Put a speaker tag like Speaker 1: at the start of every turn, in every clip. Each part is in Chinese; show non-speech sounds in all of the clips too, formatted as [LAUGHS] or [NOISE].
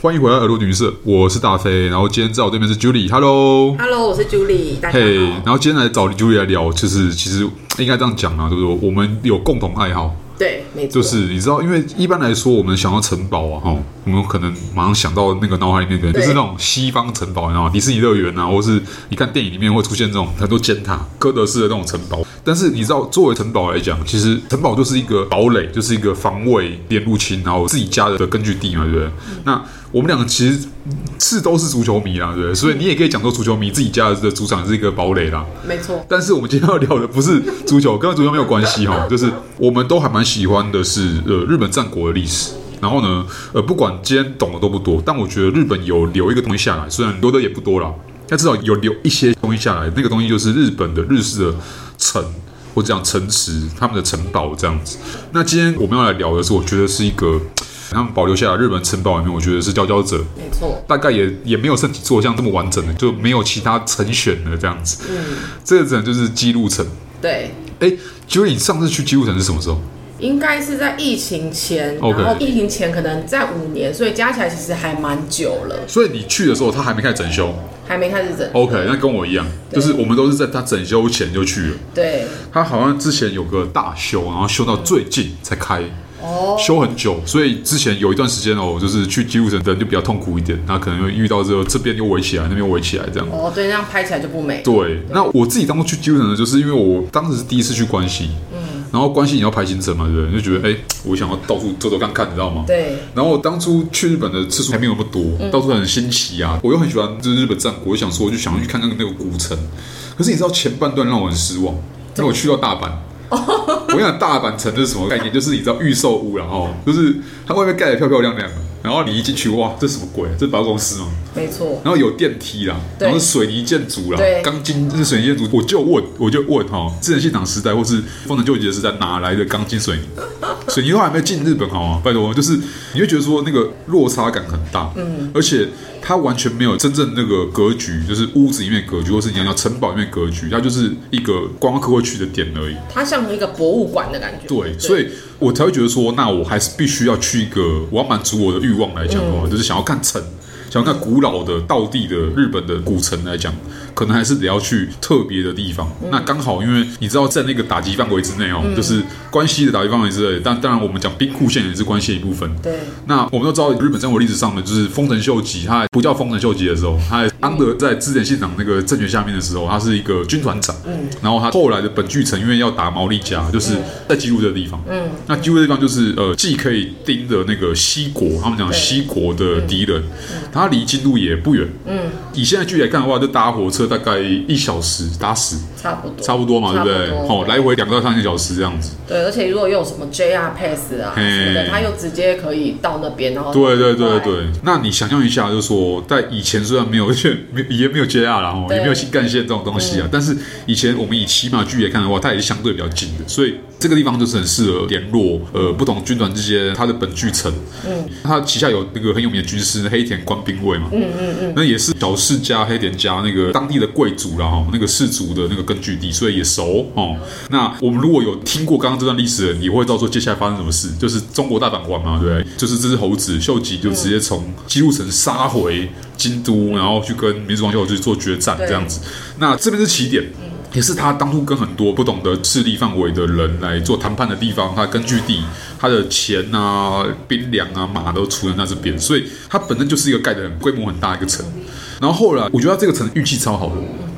Speaker 1: 欢迎回来，耳朵女士，我是大飞。然后今天在我对面是 Julie，Hello。
Speaker 2: Hello，我是 Julie，大家
Speaker 1: 嘿、
Speaker 2: 好。
Speaker 1: 然后今天来找 Julie 来聊，就是其实应该这样讲啊，对不对？我们有共同爱好，
Speaker 2: 对，没错，
Speaker 1: 就是你知道，因为一般来说，我们想到城堡啊，哈，我们可能马上想到那个脑海里面可能就
Speaker 2: 对
Speaker 1: 是那种西方城堡，你知道吗？迪士尼乐园啊，或是你看电影里面会出现这种很多尖塔、哥德式的那种城堡。但是你知道，作为城堡来讲，其实城堡就是一个堡垒，就是一个防卫、边入侵，然后自己家的根据地嘛，对不对？那我们两个其实是都是足球迷啦，对不对？所以你也可以讲说，足球迷自己家的主场是一个堡垒啦。
Speaker 2: 没错，
Speaker 1: 但是我们今天要聊的不是足球，跟足球没有关系哈，就是我们都还蛮喜欢的是呃日本战国的历史。然后呢，呃，不管今天懂的都不多，但我觉得日本有留一个东西下来，虽然留的也不多啦，但至少有留一些东西下来。那个东西就是日本的日式的呃城或者讲城池，他们的城堡这样子。那今天我们要来聊的是，我觉得是一个他们保留下来的日本城堡里面，我觉得是佼佼者。
Speaker 2: 没错，
Speaker 1: 大概也也没有剩几座像这么完整的，就没有其他成选的这样子。嗯，这个只能就是姬路城。
Speaker 2: 对，
Speaker 1: 哎、j u l i 你上次去姬路城是什么时候？
Speaker 2: 应该是在疫情前
Speaker 1: OK
Speaker 2: 然后疫情前可能在五年，所以加起来其实还蛮久了，
Speaker 1: 所以你去的时候，它还没开始整修。
Speaker 2: 还没开始整。
Speaker 1: OK，那跟我一样，就是我们都是在它整修前就去了。
Speaker 2: 对，
Speaker 1: 它好像之前有个大修，然后修到最近才开。
Speaker 2: 哦，
Speaker 1: 修很久，所以之前有一段时间哦，就是去姬路城的人就比较痛苦一点，那可能会遇到这这边又围起来，那边围起来这样。
Speaker 2: 哦，对，那样拍起来就不美。
Speaker 1: 对，那我自己当初去基本呢，就是因为我当时是第一次去关西，嗯，然后关西你要排行程嘛，对不对？你就觉得哎、我想要到处走走看看，你知道吗？。
Speaker 2: 对，
Speaker 1: 然后我当初去日本的次数还没有那么多，到处很新奇啊，我又很喜欢就是日本战国，我想说我就想要去看看那个古城，可是你知道前半段让我很失望，因为我去到大阪。我跟你讲，大阪城就是什么概念？就是你知道预售屋然后就是它外面盖得漂漂亮亮的，然后你一进去，哇，这什么鬼？这是百货公司吗？
Speaker 2: 没错，
Speaker 1: 然后有电梯啦，
Speaker 2: 对
Speaker 1: 然后是水泥建筑啦
Speaker 2: 对，
Speaker 1: 钢筋是水泥建筑，我就问，我就问哈，智能信长时代或是丰臣秀吉的时代哪来的钢筋水
Speaker 2: [LAUGHS]
Speaker 1: 泥？水泥都还没进日本好吗？拜托，就是你会觉得说那个落差感很大，嗯，而且它完全没有真正那个格局，就是屋子里面的格局，或是你要城堡里面的格局，它就是一个观光客会去的点而已。
Speaker 2: 它像一个博物馆的感觉。
Speaker 1: 对，所以我才会觉得说，那我还是必须要去一个，我要满足我的欲望来讲
Speaker 2: 嗯
Speaker 1: 的话，就是想要看城，想要看古老的、道地的日本的古城来讲，可能还是得要去特别的地方。
Speaker 2: 嗯
Speaker 1: 那刚好，因为你知道，在那个打击范围之内哦，就是关西的打击范围之内，但当然我们讲兵库县也是关西的一部分。
Speaker 2: 对，
Speaker 1: 那我们都知道，日本战国历史上的就是丰臣秀吉，他还不叫丰臣秀吉的时候，他还安德在织田信长那个政权下面的时候，他是一个军团长。嗯，然后他后来的本巨城因为要打毛利家，就是在姬路这个地方。嗯，那姬路这个地方就是呃，既可以盯着那个西国，他们讲西国的敌人，他离京都也不远。嗯，以现在距离来看的话，就搭火车大概一小时搭十。
Speaker 2: 差不多，
Speaker 1: 差不多嘛，对不对
Speaker 2: 差？多
Speaker 1: 哦，来回两到三个小时这样子。
Speaker 2: 对，而且如果又有什么 JR Pass 啊
Speaker 1: 嘿
Speaker 2: 什么的，它又直接可以到那边，然后
Speaker 1: 对对对
Speaker 2: 很快
Speaker 1: 对，那你想象一下，就是说，在以前虽然没有 [LAUGHS] 没有也没有 JR 啦，哦，
Speaker 2: 对
Speaker 1: 也没有新干线这种东西啊，但是以前我们以骑马距离来看的话，它也是相对比较近的，所以这个地方就是很适合联络呃不同军团之间它的本据城，嗯，它旗下有那个很有名的军师黑田官兵卫嘛，嗯嗯嗯，那也是小世家黑田家那个当地的贵族啦，哦，那个氏族的那个根据地，所以也熟哦。那我们如果有听过刚刚这段历史的人，也会知道说接下来发生什么事，就是中国大阪王嘛，对不对？就是这只猴子秀吉就直接从姬路城杀回京都，然后去跟明治王秀吉做决战
Speaker 2: 对
Speaker 1: 这样子。那这边是起点。也是他当初跟很多不同的势力范围的人来做谈判的地方，他根据地、他的钱啊、兵粮啊、马都储存在这边，所以它本身就是一个盖的很规模很大一个城。然后后来，我觉得他这个城运气超好的，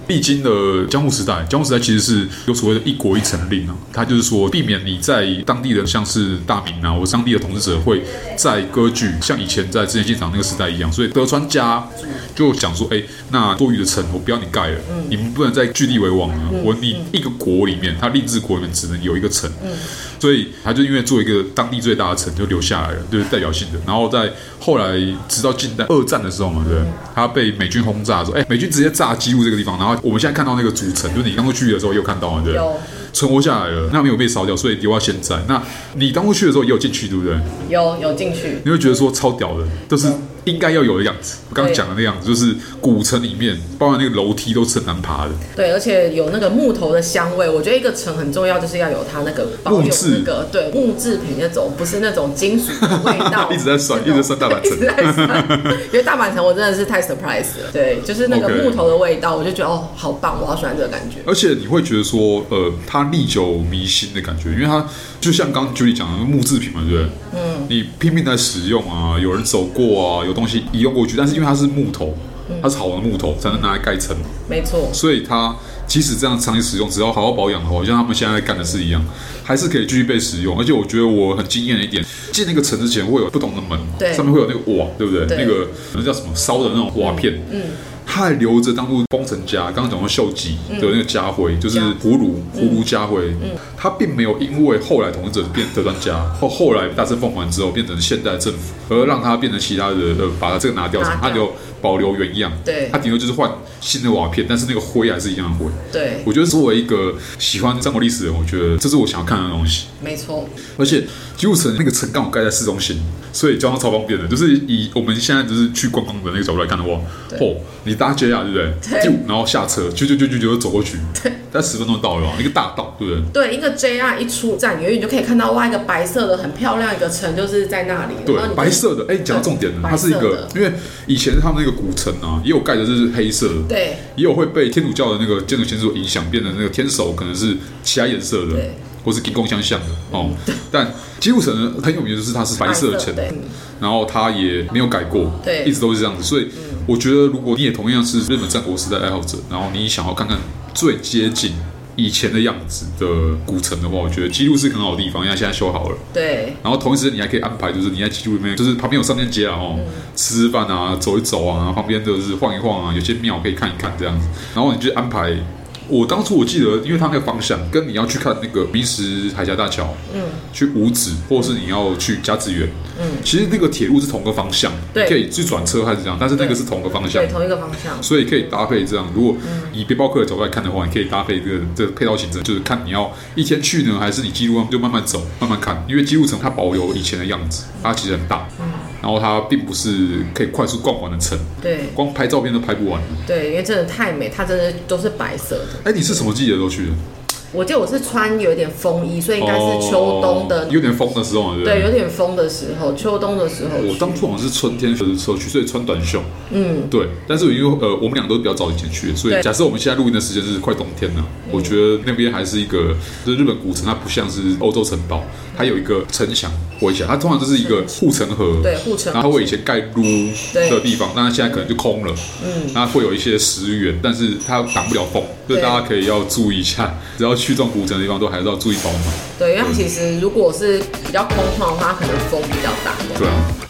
Speaker 1: 历经了江户时代，江户时代其实是有所谓的一国一城令啊，它就是说避免你在当地的像是大名啊，或是当地的统治者会在割据，像以前在之前进场那个时代一样，所以德川家就想说，哎，那多余的城我不要你盖了，你们不能再据地为王了，我你一个国里面，他立志国里面只能有一个城，所以他就因为做一个当地最大的城就留下来了，就是代表性的。然后在后来直到近代二战的时候嘛，对不对，他被美军轰炸的时候，哎，美军直接炸基路这个地方，然后我们现在看到那个主城，就是你刚过去的时候也有看到嘛，对不对
Speaker 2: 有？
Speaker 1: 存活下来了，那没有被烧掉，所以留到现在。那你当初去的时候也有进去，对不对？
Speaker 2: 有有进去，
Speaker 1: 你会觉得说超屌的，就是应该要有的样子。我刚刚讲的那样子，就是古城里面，包含那个楼梯都是很难爬的。
Speaker 2: 对，而且有那个木头的香味。我觉得一个城很重要，就是要有它那个保
Speaker 1: 木
Speaker 2: 有
Speaker 1: 质。
Speaker 2: 那个对木制品那种，不是那种金属的味道
Speaker 1: [LAUGHS] 一直在算
Speaker 2: 是那种
Speaker 1: 一直算大阪城
Speaker 2: [LAUGHS] 一直在算。
Speaker 1: [LAUGHS]
Speaker 2: 因为大阪城我真的是太 surprise 了，对，就是那个
Speaker 1: OK
Speaker 2: 木头的味道，我就觉得哦，好棒，我好喜欢这个感觉。
Speaker 1: 而且你会觉得说，呃，它历久弥新的感觉，因为它就像刚刚 Julie 讲的木制品嘛，对不对？嗯，你拼命在使用啊，有人走过啊，有东西移动过去，但是因为它是木头，它是好的木头，才能拿来盖城，
Speaker 2: 没错，
Speaker 1: 所以它即使这样长期使用，只要好好保养的话，就像他们现在在干的事一样，还是可以继续被使用。而且我觉得我很惊艳的一点，进那个城之前会有不同的门，
Speaker 2: 对
Speaker 1: 上面会有那个瓦，对不对？
Speaker 2: 对
Speaker 1: 那个那叫什么烧的那种瓦片，嗯。它还留着当初工程家刚刚讲过秀吉的那个家徽，就是
Speaker 2: 嗯
Speaker 1: 葫芦葫芦家徽，它并没有因为后来统治者变德川家，后后来大政奉还之后变成现代政府，而让它变成其他的呃把这个拿掉什么，
Speaker 2: 拿
Speaker 1: 它
Speaker 2: 掉
Speaker 1: 留保留原样，
Speaker 2: 对
Speaker 1: 它顶多就是换新的瓦片，但是那个灰还是一样的灰。
Speaker 2: 对，
Speaker 1: 我觉得作为一个喜欢战国历史的人，我觉得这是我想要看的东西。
Speaker 2: 没错，
Speaker 1: 而且吉武城那个城刚好盖在市中心，所以交通超方便的。就是以我们现在就是去观光的那个角度来看的话，
Speaker 2: 对
Speaker 1: 哦，你搭 JR 对不对？
Speaker 2: 对
Speaker 1: 就然后下车，就就就就就走过去，大概十分钟就到了吧，一个大道，对不对？
Speaker 2: 对，一个 JR 一出站，远远就可以看到哇，一个白色的很漂亮一个城，就是在那里。然后
Speaker 1: 对，
Speaker 2: 你
Speaker 1: 白色的，哎，讲到重点了，
Speaker 2: 白
Speaker 1: 它是一
Speaker 2: 色
Speaker 1: 个
Speaker 2: 的，
Speaker 1: 因为以前他们那个古城啊，也有盖的就是黑色的，
Speaker 2: 对
Speaker 1: 也有会被天主教的那个建筑形式所影响，变成那个天守可能是其他颜色的
Speaker 2: 对，嗯
Speaker 1: 或是金光相像的哦。
Speaker 2: [LAUGHS]
Speaker 1: 但基督城很有名，就是它是白色的城，
Speaker 2: 对，
Speaker 1: 然后它也没有改过，
Speaker 2: 对嗯
Speaker 1: 一直都是这样子。所以我觉得，如果你也同样是日本战国时代爱好者，然后你想要看看最接近以前的样子的古城的话，我觉得基路是很好的地方，因为它现在修好了。
Speaker 2: 对
Speaker 1: 然后同一时间你还可以安排，就是你在基督里面，就是旁边有商店街啊，哦，
Speaker 2: 嗯
Speaker 1: 吃吃饭啊，走一走啊，然后旁边就是晃一晃啊，有些庙可以看一看这样子。然后你就安排。我当初我记得，因为它那个方向跟你要去看那个明石海峡大桥，嗯，去五指，或是你要去甲子园，嗯，其实那个铁路是同个方向，
Speaker 2: 对
Speaker 1: 可以去转车还是这样，但是那个是同个方向
Speaker 2: 对，，同一个方向。
Speaker 1: 所以可以搭配这样。如果以背包客的角度来看的话，你可以搭配这个这个配套行程，就是看你要一天去呢，还是你记录就慢慢走，慢慢看。因为记录城它保留以前的样子，它其实很大，
Speaker 2: 嗯
Speaker 1: 然后它并不是可以快速逛完的城，
Speaker 2: 对
Speaker 1: 光拍照片都拍不完。
Speaker 2: 对，因为真的太美，它真的都是白色的。
Speaker 1: 哎，你是什么季节都去的？
Speaker 2: 我记得我是穿有点风衣，所以应该是秋冬的，
Speaker 1: 哦有点风的时候嘛，对不
Speaker 2: 对，
Speaker 1: 对？
Speaker 2: 有点风的时候，秋冬的时候
Speaker 1: 我
Speaker 2: 去
Speaker 1: 当初好像是春天的时候去，所以穿短袖。嗯，对。但是因为呃，我们俩都比较早以前去的，所以
Speaker 2: 对嗯
Speaker 1: 假设我们现在录音的时间是快冬天了，我觉得那边还是一个，就是日本古城，它不像是欧洲城堡，它有一个城墙围起来，它通常就是一个护城河，
Speaker 2: 嗯对护城河
Speaker 1: 然后它会以前盖撸
Speaker 2: 对
Speaker 1: 的地方，但它现在可能就空了，嗯，那会有一些石原，但是它挡不了风，所以
Speaker 2: 对
Speaker 1: 大家可以要注意一下，只要去这种古城的地方，都还是要注意保暖，
Speaker 2: 对，因为它其实如果是比较空旷的话，它可能风比较大。
Speaker 1: 对啊。